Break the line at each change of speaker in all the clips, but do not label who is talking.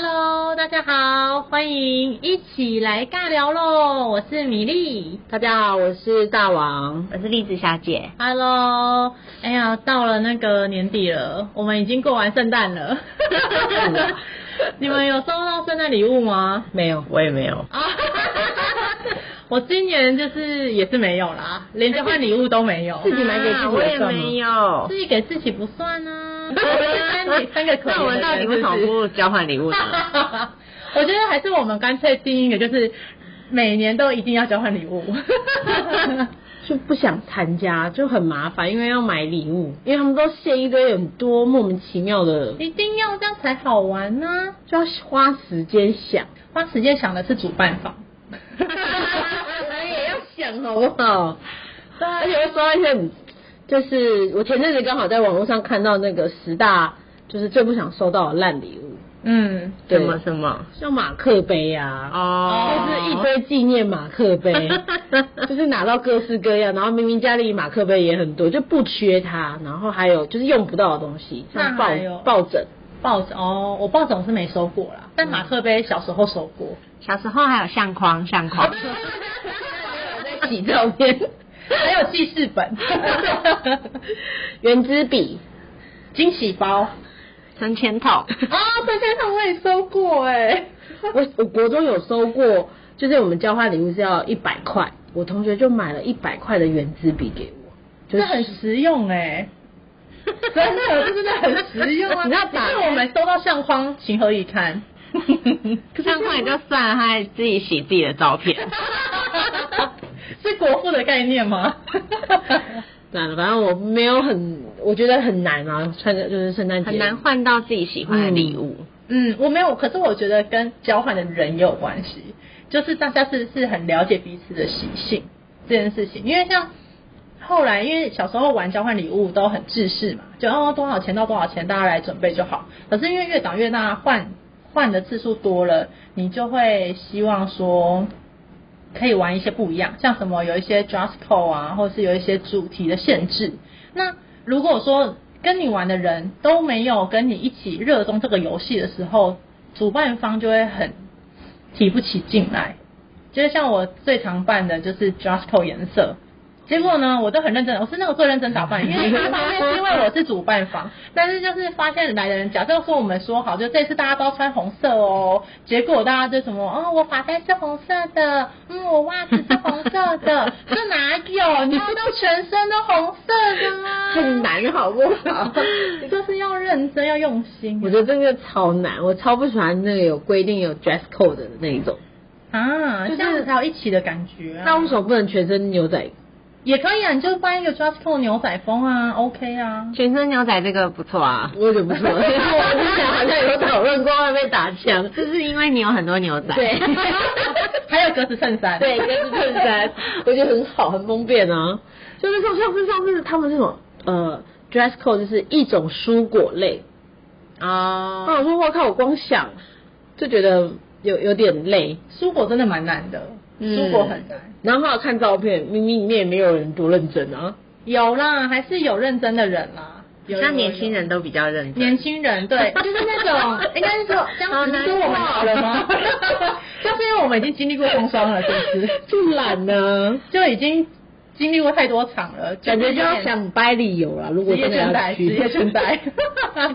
Hello，大家好，欢迎一起来尬聊喽！我是米粒，
大家好，我是大王。
我是栗子小姐，
Hello，哎呀，到了那个年底了，我们已经过完圣诞 了。你们有收到圣诞礼物吗？
没有，我也没有。
啊，我今年就是也是没有啦，连交换礼物都没有，
自己买给自己
啊
的
我也
算吗
没有
自。己给自己不算 啊。三个三个可怜的人
那我们到底为什么
是
不交换礼物
不是
呢？
我觉得还是我们干脆定一个，就是每年都一定要交换礼物。
就不想参加，就很麻烦，因为要买礼物，因为他们都限一堆很多莫名其妙的，
一定要这样才好玩呢、
就要花时间想，
花时间想的是主办 方。
也要想好
哦
不好？ 对，而且会收到一些很，就是我前阵子刚好在网络上看到那个十大就是最不想收到的烂礼物，
嗯，
对
什么什么？
像马克杯啊，
哦，
就是一堆纪念马克 杯。就是拿到各式各样，然后明明家里马克杯也很多，就不缺它，然后还有就是用不到的东西，像
那还有
抱抱枕，
抱枕哦，我抱枕我是没收过啦，但马克杯小时候收过。
小时候还有相框，相
嗯
框。
在 洗照片，
还有记事 本、
圆珠笔，
惊喜包啊，
存钱筒，
这些上我也收过哎、
啊我我国中有收过，就是我们交换礼物是要一百块，我同学就买了一百块的圆珠笔给我，就
这很实用哎、 真的，这真的很实用啊！
你知道打
只是我们收到相框，情何以堪？
相框也就算了，他还自己洗自己的照片。
是国父的概念吗？
算了，反正我没有很，我觉得很难啊，穿着就是圣诞节
很难换到自己喜欢的礼物。
嗯，我没有，可是我觉得跟交换的人也有关系，就是大家是是很了解彼此的习性这件事情，因为像后来，因为小时候玩交换礼物都很制式嘛，就哦多少钱到多少钱，大家来准备就好。可是因为越长越大，换换的次数多了，你就会希望说可以玩一些不一样，像什么有一些 dress code 啊，或是有一些主题的限制。那如果说跟你玩的人都没有跟你一起热衷这个游戏的时候，主办方就会很提不起劲来。就是像我最常办的就是 dress code 颜色。结果呢，我都很认真，我是那个最认真打扮，因为一方面是因为我是主办方，但是就是发现来的人，假设说我们说好，就这次大家都要穿红色哦，结果大家就什么，哦，我发带是红色的，嗯，我袜子是红色的，这哪有？你知道全身都红色的啊，
很难好不好？
就是要认真，要用心
我觉得这个超难，我超不喜欢那个有规定有 dress code 的那一种。
啊，
就是
这样子才有一起的感觉啊。
那为什么不能全身牛仔？
也可以啊，你就办一个 dress code 牛仔风啊，OK 啊。
全身牛仔这个不错啊，
我觉得不错，因为我之前好像有讨论过会被打枪。
就是因为你有很多牛仔。
对
还有格子衬衫，
对，就是衬衫，我觉得很好，很方便啊。就是像上次上次他们那种呃 dress code 就是一种蔬果类，啊
哦，
那我说我靠，我光想就觉得有有点累。
蔬果真的蛮难的，
嗯
蔬果很难。
然后还有看照片，明明里面也没有人多认真啊。
有啦，还是有认真的人啦。有
像年轻，人都比较认
有有年
真。
轻人 对，就是那种应该是说，这样子
好
说我们老了 吗？就是因为我们已经经历过风霜了，是不是？
就懒 呢，
就已经经历过太多场了，
啊感觉就
有
要
点
想掰理由啦。如果
职业
真的
倦
要
怠，职
去，
业倦怠。
可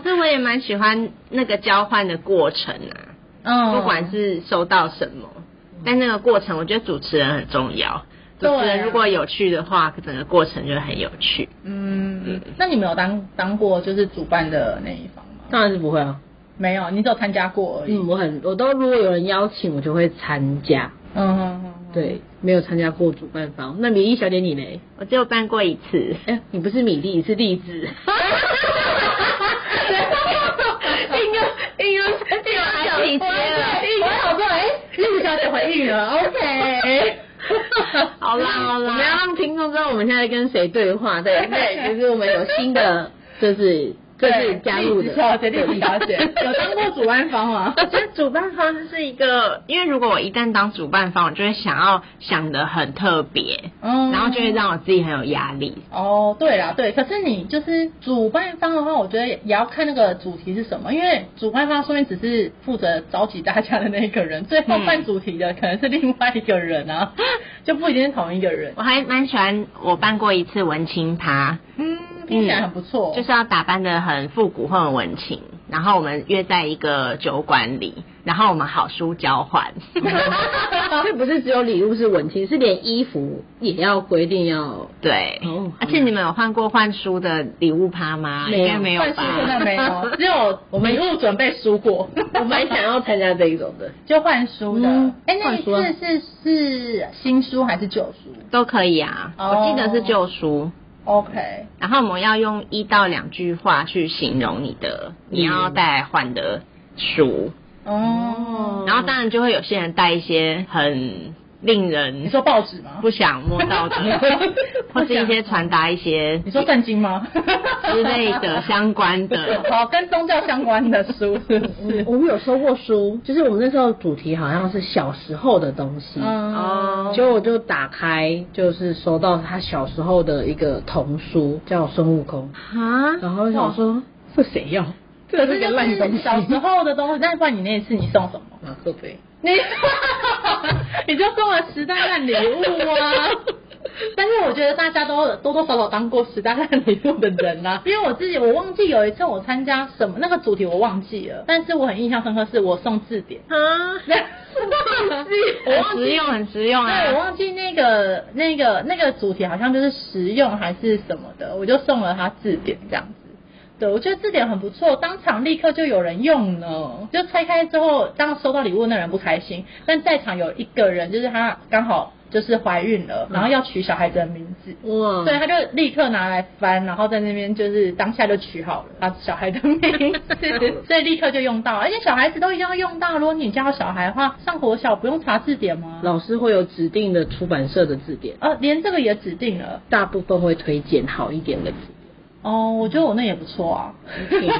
是我也蛮喜欢那个交换的过程啊。
嗯
哦
不管是收到什么，但那个过程，我觉得主持人很重要。主
对啊
持人如果有趣的话，整个过程就很有趣。
嗯，那你们有当当过就是主办的那一方吗？
当然是不会啊。
没有，你只有参加过而已。
嗯，我很我都如果有人邀请，我就会参加。
嗯嗯嗯，嗯，
对，没有参加过主办方。那米粒小姐你嘞？
我只有办过一次，
哎、你不是米粒，是栗子。
硬要硬要硬要
还自己接了
硬要想说，哎，栗子小姐回应了，OK。
好啦好
我
啦，
们要让听众知道我们现在跟谁对话，对不对？就是我们有新的，就是这是加入
历
的
史 小姐，历史小姐有当过主办方吗？
我觉得主办方是一个，因为如果我一旦当主办方，我就会想要想的很特别，
嗯
然后就会让我自己很有压力。
哦，对啦，对，可是你就是主办方的话，我觉得也要看那个主题是什么，因为主办方说明只是负责召集大家的那一个人，最后办主题的可能是另外一个人啊， 就不一定是同一个人。
我还蛮喜欢，我办过一次文青趴，
嗯，听起来很不错，
就是要打扮的很复古或很文青，然后我们约在一个酒馆里，然后我们好书交 换。
嗯哦
这不是只有礼物是文青，是连衣服也要规定要。
对，
哦
而且啊你们有换过换书的礼物趴吗？
没有
应该没有
办事真的
吧？
没有，只有我们一路准备书过，
我蛮想要参加这一种的，
就换书的。哎、那
嗯
一
换书啊
次是是新书还是旧书
都可以啊，
哦
我记得是旧书。
？OK，
然后我们要用一到两句话去形容你的
嗯
你要带来换的书，
哦，
然后当然就会有些人带一些很令
你
人
说报纸吗？，
不想摸到 的或是一些传达一些
你说圣经吗？
之类 的相关的。
啊
好，跟宗教相关的书是不是？
嗯我们有收过书，就是我们那时候主题好像是小时候的东西，
嗯
哦，
结果我就打开，就是收到他小时候的一个童书，叫《孙悟空
啊》，，，
然后我想说这谁要？这
可
是
是
个
就
烂东
是
西。
小时候的东西。那不然你那一次你送什么？
马克杯，
你 你就送了时代烂礼物啊！ 但是我觉得大家都有多多少少当过时代烂礼物的人啊啦、 因为我自己我忘记有一次我参加什么那个主题我忘记了，但是我很印象深刻是我送字典
啊，
我忘
很
记
实用，很实用
对，我
啊！
忘记那个那个那个主题好像就是实用还是什么的，我就送了他字典这样子。对，我觉得字典很不错，当场立刻就有人用呢。就拆开之后，当收到礼物那人不开心，但在场有一个人就是他刚好就是怀孕了，
嗯
然后要取小孩子的名字。
哇
所以他就立刻拿来翻，然后在那边就是当下就取好了他小孩的 名字，所以立刻就用到，而且小孩子都一定要用到。如果你家有小孩的话，上国小不用查字典吗？
老师会有指定的出版社的字典，
呃，连这个也指定了。
大部分会推荐好一点的字
哦，我觉得我那也不错啊。
嗯
嗯
典。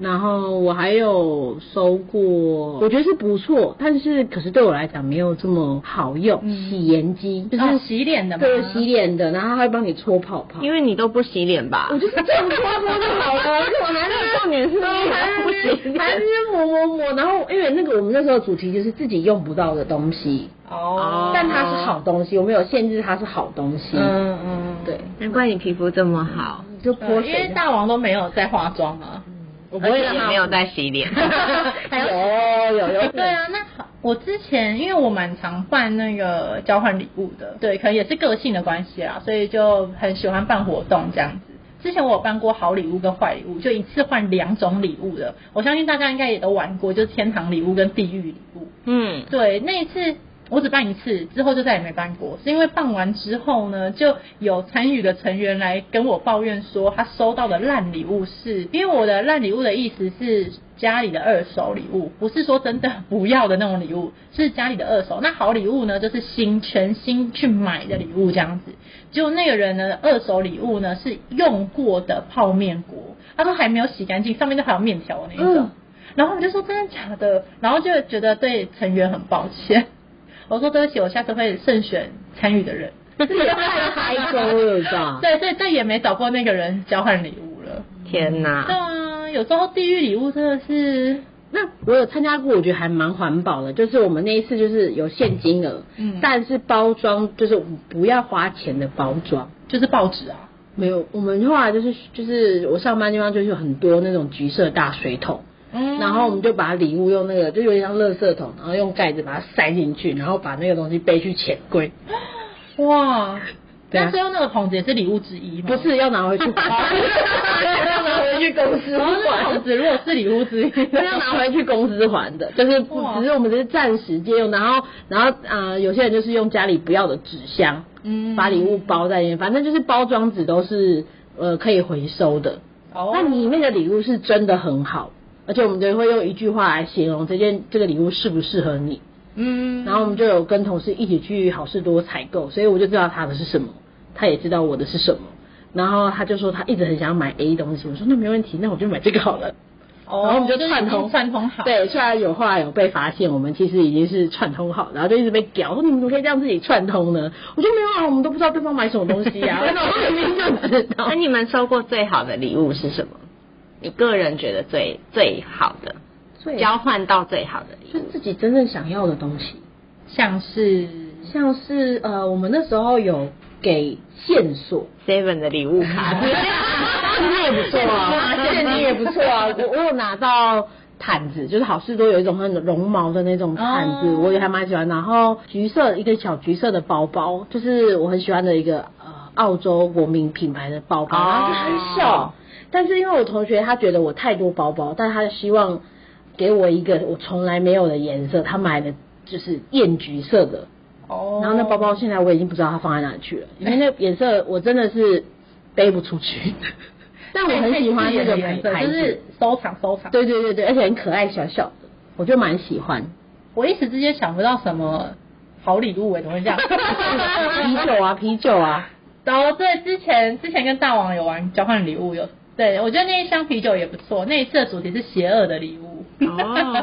然后我还有收过，我觉得是不错，但是可是对我来讲没有这么好用。
嗯
洗颜机就
哦
是
洗脸的吗？
对洗脸的，然后他会帮你搓泡泡。
因为你都不洗 脸吧？
我就是这样搓搓就好了，而且我还是
重点是
哦还
不洗
是还是抹抹抹，然后因为那个我们那时候的主题就是自己用不到的东西，
哦，
但它是好东西，我们有限制它是好东西，
嗯嗯，
对，
难怪你皮肤这么好，
你就
对
泼
因
水
为
就好。
大王都没有在化妆啊。
我
而且你没有在洗 脸。
还有
有有 有，
对啊，那好我之前因为我蛮常办那个交换礼物的，对，可能也是个性的关系啦，所以就很喜欢办活动这样子。之前我有办过好礼物跟坏礼物，就一次换两种礼物的。我相信大家应该也都玩过，就是天堂礼物跟地狱礼物。
嗯，
对，那一次我只办一次，之后就再也没办过，是因为办完之后呢，就有参与的成员来跟我抱怨说，他收到的烂礼物是，因为我的烂礼物的意思是家里的二手礼物，不是说真的不要的那种礼物，是家里的二手。那好礼物呢，就是新全新去买的礼物这样子。结果那个人呢，二手礼物呢是用过的泡面锅，他说还没有洗干净，上面都还有面条的那一种。
嗯
然后我就说真的假的，然后就觉得对成员很抱歉。 我说对不起，我下次会慎选参与的人。
也太开沟了吧？
对，所以再也没找过那个人交换礼物了。
天
对
哪！
啊，有时候地狱礼物真的是，
那我有参加过，我觉得还蛮环保的。就是我们那一次就是有现金额，
嗯
但是包装就是不要花钱的包装。
就是报纸啊。
没有，我们后来就是就是我上班地方就是有很多那种橘色大水桶，
嗯
然后我们就把礼物用那个就有点像垃圾桶，然后用盖子把它塞进去，然后把那个东西背去钱柜，
哇，
对啊
但最后那个桶子也是礼物之一吗？，
不是要拿回去 要拿回去公司
然后那
还
桶。子如果是礼物之一，
是要拿回去公司还的，就是不
哇
只是我们只是暂时借用，然后然后呃，有些人就是用家里不要的纸箱，
嗯
把礼物包在里面，反正就是包装纸都是呃可以回收的。
哦，
那里面的礼物是真的很好，而且我们就会用一句话来形容这件这个礼物适不适合你。
嗯，
然后我们就有跟同事一起去好事多采购，所以我就知道他的是什么，他也知道我的是什么。然后他就说他一直很想买 A 东西，我说那没问题，那我就买这个好了。
哦，
然后我们就
就是
串
已经
通
串通好，，
对，虽然有后来有被发现，我们其实已经是串通好，然后就一直被屌，说你们怎么可以这样自己串通呢？我就没有啊，我们都不知道对方买什么东西 啊，我说明明就知道
那。你们收过最好的礼物是什么？你个人觉得最最好的交换到最好的礼
就
物，
自己真正想要的东西，
像是
像是呃，我们那时候有给线索，
Seven 的礼物卡，
那也不错 啊，现金也不错啊。我我有拿到毯子，就是好事多有一种很绒毛的那种毯子，
哦
我也还蛮喜欢。然后橘色一个小橘色的包包，就是我很喜欢的一个呃澳洲国民品牌的包包，
哦
然后就很小。但是因为我同学他觉得我太多包包，但他希望给我一个我从来没有的颜色，他买的就是艳橘色的。
哦，
然后那包包现在我已经不知道它放在哪里去了，因为那颜色我真的是背不出去。但我很喜欢那个
颜色，
牌
就
子，
是收藏收藏。
对对对对，而且很可爱小小的，我就蛮喜欢。
我一时之间想不到什么好礼物哎、怎么会这样？
啤酒啊，啤酒啊，
然后对，之前之前跟大王有玩交换礼物有，对我觉得那一箱啤酒也不错。那一次的主题是邪恶的礼物，
哦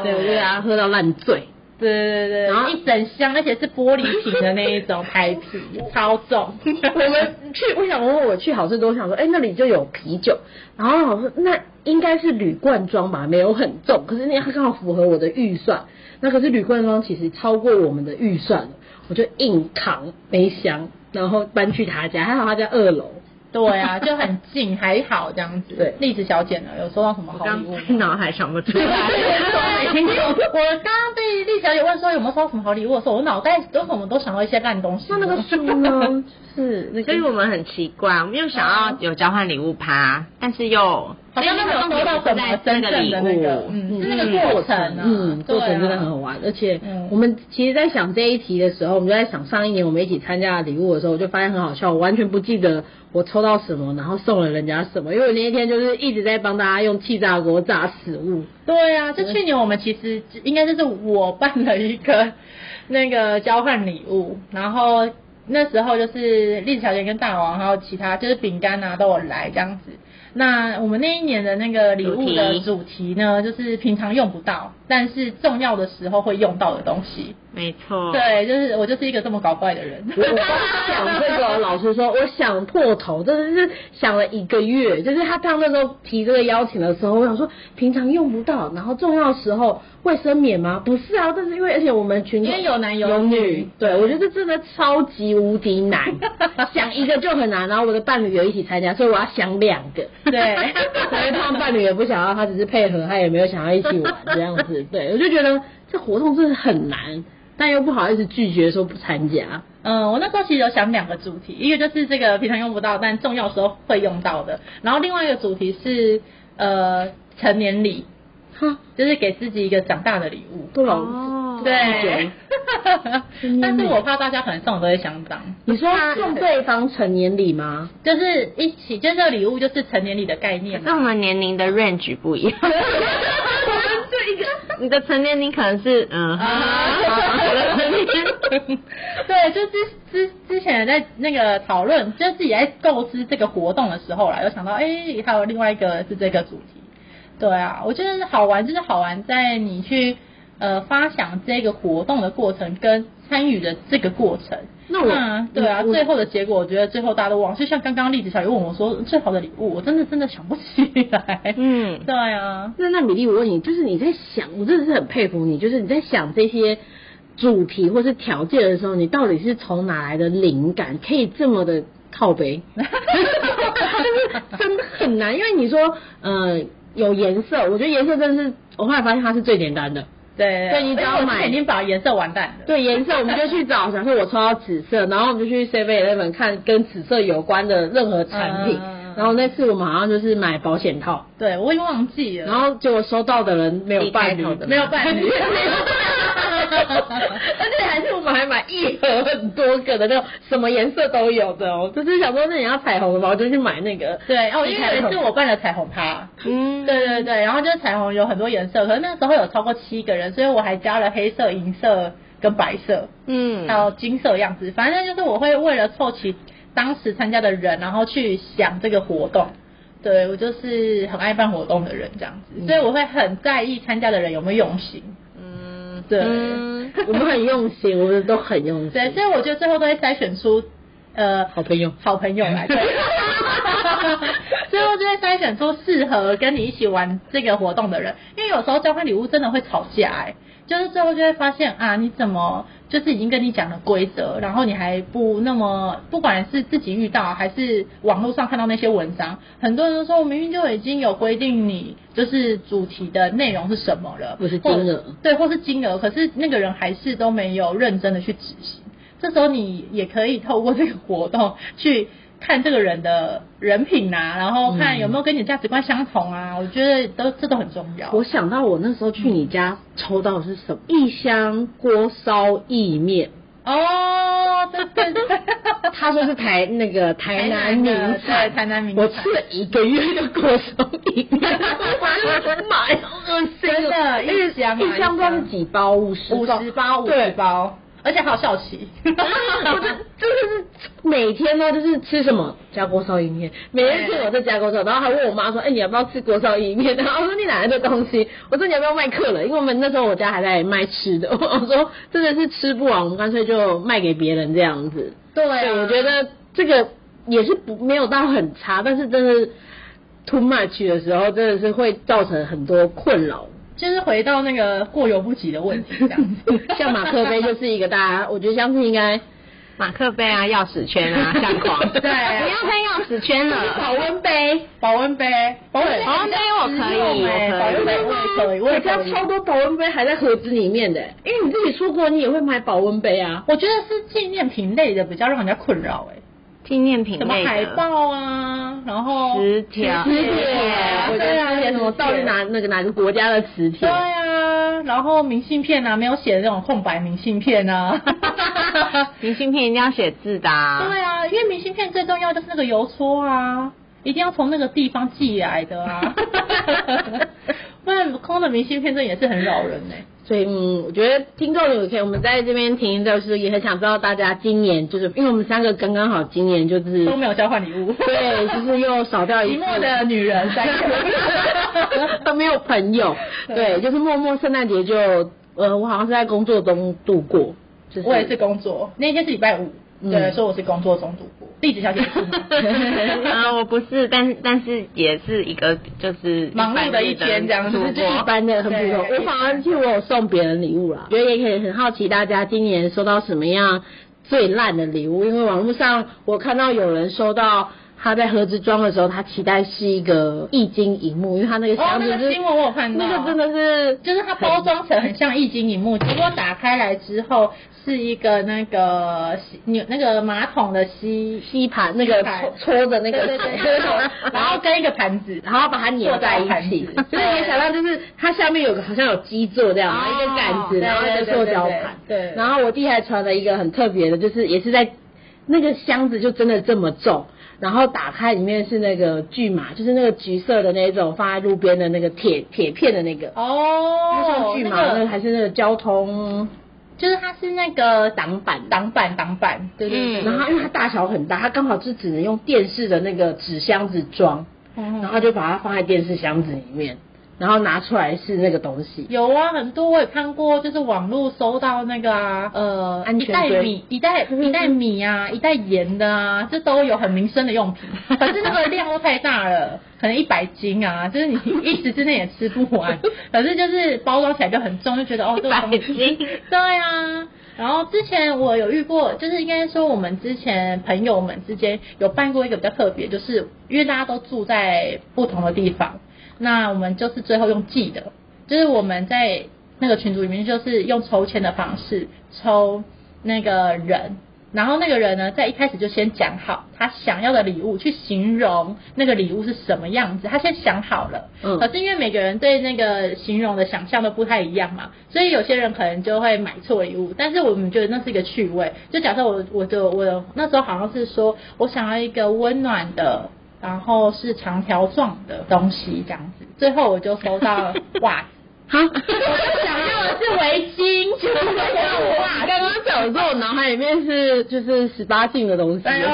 对，我就给他喝到烂醉。
对对对
然后
对，一整箱，而且是玻璃瓶的那一种台啤，超重。
我们去，我想问我去好事多，想说，哎、那里就有啤酒，然后我说那应该是铝罐装吧，没有很重，可是那刚好符合我的预算。那可是铝罐装其实超过我们的预算了，我就硬扛背箱，然后搬去他家，还好他家二楼。
对啊，就很近，还好这样子。
对
栗子小姐呢，有收到什么
我
好礼
刚
物吗？
脑海想不出 来
我刚刚被栗子小姐问说有没有收到什么好礼物的时候，我脑袋都什么都想到一些烂东西。
那那个书 呢？是那个，
所以我们很奇怪，我们又想要有交换礼物趴，但是又
好像都没有收到什么真正的那个，嗯，是那个过程啊，
嗯，
对
过
啊
程真的很好玩，而且
嗯
我们其实，在想这一题的时候，我们就在想上一年我们一起参加的礼物的时候，我就发现很好笑，我完全不记得我抽到什么，然后送了人家什么，因为我那一天就是一直在帮大家用气炸锅炸食物，
对啊，就去年我们其实应该就是我办了一个那个交换礼物，然后那时候就是栗子小姐跟大王还有其他就是饼干啊都有来这样子。那我们那一年的那个礼物的主题呢，就是平常用不到，但是重要的时候会用到的东西。
没错，
对，就是我就是一个这么搞怪的人。
我光想这个，老实说，我想破头，真的是想了一个月。就是他当那时候提这个邀请的时候，我想说平常用不到，然后重要的时候卫生棉吗？不是啊， 但是因为而且我们群
因为有男有
有
女，
对我觉得真的超级无敌难 想一个就很难。然后我的伴侣有一起参加，所以我要想两个。
对
因为他伴侣也不想要，他只是配合，他也没有想要一起玩这样子。对我就觉得这活动真的很难，但又不好意思拒绝说不参加。
嗯，我那时候其实有想两个主题，一个就是这个平常用不到但重要时候会用到的，然后另外一个主题是呃成年礼，
哈，
就是给自己一个长大的礼物。
多老、
哦
对，
成年礼
但是我怕大家可能送的都会相当，
你说送对方成年礼吗？
就是一起，就是这个礼物就是成年礼的概念嘛。
那我们年龄的 range 不一样。
这一个
你的成年龄可能是嗯，我的成年龄
对，就之之之前在那个讨论，就是自己在构思这个活动的时候啦，有想到，哎、还有另外一个是这个主题，对啊，我觉得好玩就是好玩在你去呃发想这个活动的过程跟参与的这个过程。
那我
对啊，
我
最后的结果我觉得最后大家都忘了，就像刚刚栗子小鱼问我说最好的礼物，我真的真的想不起来。
嗯
对啊，
那那米粒，我问你，就是你在想，我真的是很佩服你，就是你在想这些主题或是条件的时候，你到底是从哪来的灵感，可以这么的靠背？ 就是真的很难，因为你说呃有颜色，我觉得颜色真的是，我后来发现它是最简单的。
对，
所以你只要
哎我之
买
前已经把颜色玩烂了。
对颜色，我们就去找，假设我抽到紫色，然后我们就去 Seven Eleven 看跟紫色有关的任何产品。
嗯
然后那次我们好像就是买保险套，
对，我已经忘记了。
然后结果收到的人没有伴
一
侣
开头，的
没有伴 侣
而且还是我们还买一盒很多个的那种，什么颜色都有的哦。就是想说，那你要彩虹的嘛，我就去买那个。
对，哦，
一
因
开
为
头
有一次我办了彩虹趴，对
嗯，
对对，然后就是彩虹有很多颜色，可是那时候有超过七个人，所以我还加了黑色、银色跟白色，
嗯
还有金色样子，反正就是我会为了凑齐当时参加的人，然后去想这个活动。对我就是很爱办活动的人，这样子，所以我会很在意参加的人有没有用心。
嗯，
对
嗯
我们很用心，我们都很用心。
对，所以我觉得最后都会筛选出呃
好朋友
好朋友 来。对最后就会筛选出适合跟你一起玩这个活动的人，因为有时候交换礼物真的会吵架哎、就是最后就会发现啊，你怎么就是已经跟你讲了规则，然后你还不那么，不管是自己遇到还是网络上看到那些文章，很多人都说我明明就已经有规定你就是主题的内容是什么了，
或是金额
或对，或是金额，可是那个人还是都没有认真的去执行。这时候你也可以透过这个活动去看这个人的人品啊，然后
嗯
看有没有跟你的价值观相同啊。我觉得都这都很重要。
我想到我那时候去你家抽到的是什么？一箱锅烧意面，
哦，对对对，
他说是台那个台南
台南
名
的
产，
对台南名
我
产
吃了一个月的锅烧意面，妈呀，恶心
真
哦！
的一箱啊
一箱不知道是几包，五十
五十包，五十
对。
包，而且还有效期。
我就就是每天呢，就是吃什么加锅烧意面，每天吃我这加锅烧，然后还问我妈说，哎、你要不要吃锅烧意面？然 后我说你哪来的东西？我说你要不要卖客人？因为我们那时候我家还在卖吃的， 我说真的是吃不完，我们干脆就卖给别人这样子。
对啊
对，我觉得这个也是不没有到很差，但是真的 too much 的时候，真的是会造成很多困扰。。
就是回到那个过犹不及的问题，这样子
像马克杯就是一个大家，我觉得相信应该
马克杯啊，钥匙圈 啊，相框，
对
不要再钥匙圈
保
了。
温杯。
保温杯，保温
保温杯我可以
很实用欸
我可以
保温杯我也可以，我也
我家
可以。
超多保温杯还在盒子里面的，因为你自己出国，你也会买保温杯啊。
我觉得是纪念品类的比较让人家困扰哎、
纪念品
什么
类
海
的，
报啊，然后
磁条
磁铁，我觉
对
得
啊
磁铁什么到底哪那个哪个国家的磁铁
对？啊，然后明信片啊，没有写的那种空白明信片啊。
明信片一定要写字的、啊。
对啊，因为明信片最重要就是那个邮戳啊，一定要从那个地方寄来的 啊。不然空的明信片这也是很扰人哎、
所以嗯，我觉得听众有可以，我们在这边停，就是也很想知道大家今年就是，因为我们三个刚刚好今年就是
都没有交换礼物。
对，就是又少掉一
寂
个
寞的女人在。
都没有朋友，对，就是默默圣诞节就呃，我好像是在工作中度过，就是
我也是工作，那天是礼拜五，
嗯
对，所以我是工作中度过。地址小姐是吗
啊，我不是，但但是也是一个就是
忙碌的一
般
天这样子
度
就
过
是
一般的很普通。
对
我反而去我有送别人礼物啦，觉得也可以很好奇大家今年收到什么样最烂的礼物，因为网络上我看到有人收到。他在盒子装的时候，他期待是一个液晶荧幕，因为他那个箱子
哦那
是、
个新闻我有看到
那个真的是
就是它包装成很像液晶荧幕，结果打开来之后是一个那个吸你那个马桶的吸，
吸盘那个
吸盘
搓搓的那个，
对对对， 然后跟一个盘子，
然后把它粘在一起
塑胶盘，子
所以我想到就是它下面有个好像有基座这样，
哦
然后一个杆
对
子，然后一个塑胶盘。
对对对对
然后我弟还传了一个很特别的，就是也是在那个箱子就真的这么重，然后打开里面是那个巨马，就是那个橘色的那种放在路边的那个铁铁片的那个，那
哦
像，巨
那
马那个
个
还是那个交通
就是它是那个
挡板
挡板挡板，对对对，
嗯
然后它因为它大小很大，它刚好是只能用电视的那个纸箱子装，
嗯
然后就把它放在电视箱子里面，然后拿出来是那个东西。
有啊，很多我也看过，就是网络搜到那个啊，呃，
安
一
全
袋
龟
米、一袋一袋米啊，一袋盐的啊，这都有很民生的用品。可是那个量都太大了，可能一百斤啊，就是你一时之内也吃不完。可是就是包装起来就很重，就觉得哦，这个东西
100斤
对啊。然后之前我有遇过，就是应该说我们之前朋友们之间有办过一个比较特别，就是因为大家都住在不同的地方，那我们就是最后用寄的，就是我们在那个群组里面就是用抽签的方式抽那个人，然后那个人呢在一开始就先讲好他想要的礼物，去形容那个礼物是什么样子，他先想好了。
嗯
可是因为每个人对那个形容的想象都不太一样嘛，所以有些人可能就会买错礼物。但是我们觉得那是一个趣味。就假设我我的我的那时候好像是说我想要一个温暖的。 然后是长条状的东西这样子，最后我就收到袜子，
好，我想到的是围巾，结果我想我哇，刚刚讲说我脑海里面是就是十八禁的东西，
哎呦，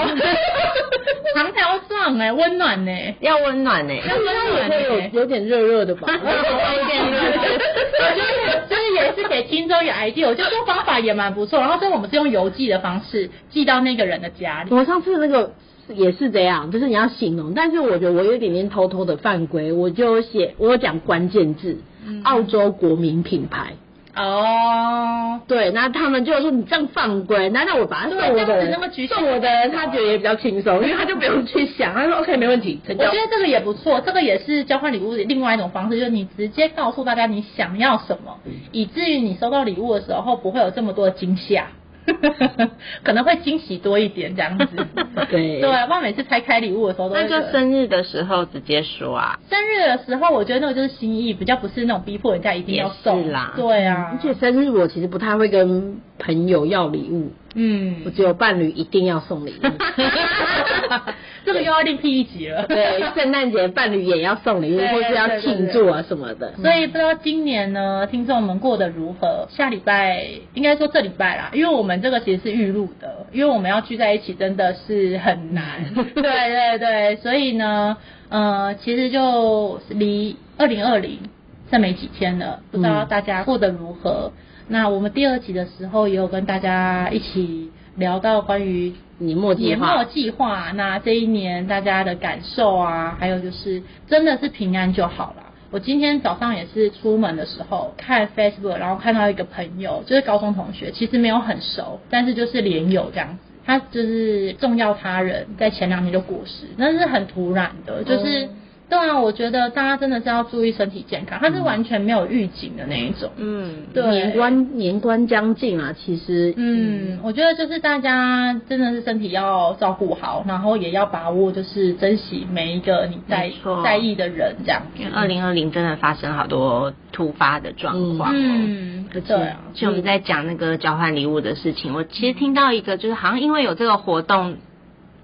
长条状哎，温暖呢、
要温暖欸呢、
要温暖哎
会有
呢、
有点热热 的吧？
有点热
就是就是也是给听众有 idea，我觉得这个方法也蛮不错。然后，所以我们是用邮寄的方式寄到那个人的家里。
我上次那个也是这样，就是你要形容，但是我觉得我有一点点偷偷的犯规，我就写我有讲关键字，
嗯
澳洲国民品牌。
哦，
对，那他们就说你这样犯规，那那我把它送我
对这
的
样子
人，
那么局限
送我的人，他觉得也比较轻松，因为他就不用去想，他说 OK 没问题，成
我
交
觉。得这个也不错，这个也是交换礼物的另外一种方式，就是你直接告诉大家你想要什么，以至于你收到礼物的时候不会有这么多的惊吓， 可能会惊喜多一点这样子。
对
对，啊不然每次拆开礼物的时候都会
那
觉得
就生日的时候直接说啊，
生日的时候，我觉得那个就是心意，比较不是那种逼迫人家一定要
也
送
是啦
对啊
而，且生日我嗯其实不太会跟朋友要礼物，我
嗯，
只有伴侣一定要送礼物。
这个又要另辟一集了。
对，圣诞节伴侣也要送礼物，
对
或是要
对对对
庆祝啊什么的。
所以不知道今年呢，听众们过得如何？下礼拜应该说这礼拜啦，因为我们这个其实是预录的，因为我们要聚在一起真的是很难。对对对，所以呢，呃，其实就离二零二零剩没几天了，不知道
嗯
大家过得如何？那我们第二集的时候也有跟大家一起聊到关于
年末计
年末
划，
计划，那这一年大家的感受啊，还有就是真的是平安就好了。我今天早上也是出门的时候看 Facebook，然后看到一个朋友，就是高中同学，其实没有很熟，但是就是连友这样子。他就是重要他人，在前两天就过世，那是很突然的，就是、对啊，我觉得大家真的是要注意身体健康，他是完全没有预警的那一种，
嗯，
对，
年关年关将近啊，其实
嗯，我觉得就是大家真的是身体要照顾好，然后也要把握，就是珍惜每一个你在
没错
在意的人这样子。
二零二零真的发生好多突发的状况、哦。
嗯，对啊，
就我们在讲那个交换礼物的事情，我其实听到一个，就是好像因为有这个活动，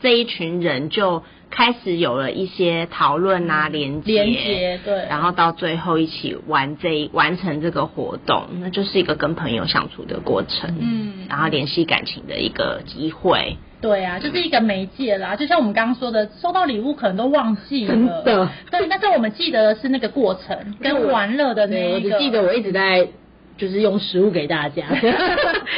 这一群人就开始有了一些讨论
嗯
啊、连接，
连接对
然后到最后一起完这一完成这个活动，那就是一个跟朋友相处的过程，
嗯
然后联系感情的一个机会。
对啊，就是一个媒介啦。就像我们刚刚说的，收到礼物可能都忘记
真
了，
的
对，但是我们记得的是那个过程跟玩乐的
对，
那
我
一
只
个。
记得我一直在就是用食物给大家，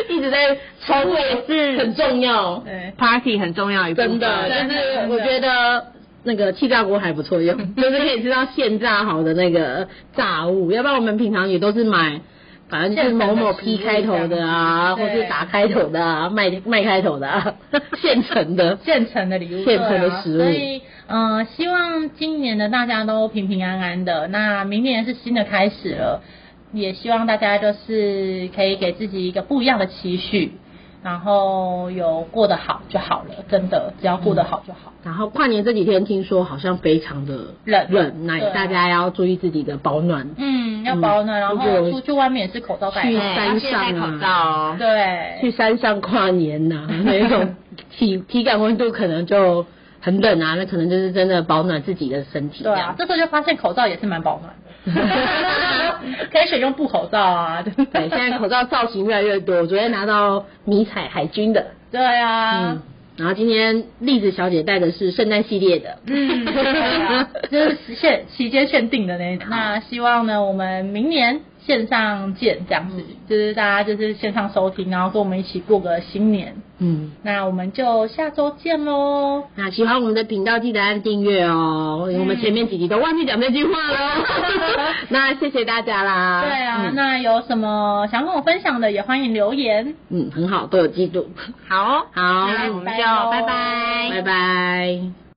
一直在 超过
是
很重要，
对
Party 很重要一部分，
真的，
真
就
的
是我觉得。那个气炸锅还不错 用，就是可以吃到现炸好的那个炸物，要不然我们平常也都是买，反正就是某某 P 开头的啊，
现成
或
的
是打开头的啊，麦麦开头的啊， 现成的。
现成的礼物，
现成的
对啊
食物
所以，嗯、希望今年的大家都平平安安的。那明年是新的开始了，也希望大家就是可以给自己一个不一样的期许，然后有过得好就好了，真的，只要过得好就好。
然后跨年这几天听说好像非常的
冷
冷，那
对
大家要注意自己的保暖。
嗯，要保暖，然
如
后
果
出去外面也是口罩戴
去
好。
山上啊
对，要记得戴口罩哦。
去
对，啊
山上跨年呐、 那种体体感温度可能就很冷啊，那可能就是真的保暖自己的身体这
对啊
样。，
这时候就发现口罩也是蛮保暖的， 可以选用布口罩啊。对
对，现在口罩造型越来越多，我昨天拿到迷彩海军的，
对啊。
嗯，然后今天栗子小姐戴的是圣诞系列的，
嗯，对啊就是限期间限定的那一种。那希望呢，我们明年线上见，这样子，就是大家就是线上收听，然后跟我们一起过个新年。
嗯。
那我们就下周见喽。
那喜欢我们的频道，记得按订阅哦。我
嗯
们前面几集都忘记讲这句话喽。 那谢谢大家啦。
对啊，
嗯
那有什么想跟我分享的，也欢迎留言。
嗯，很好，都有记录。
好，哦
好，哦
那我们就
拜拜咯
拜拜，
拜拜。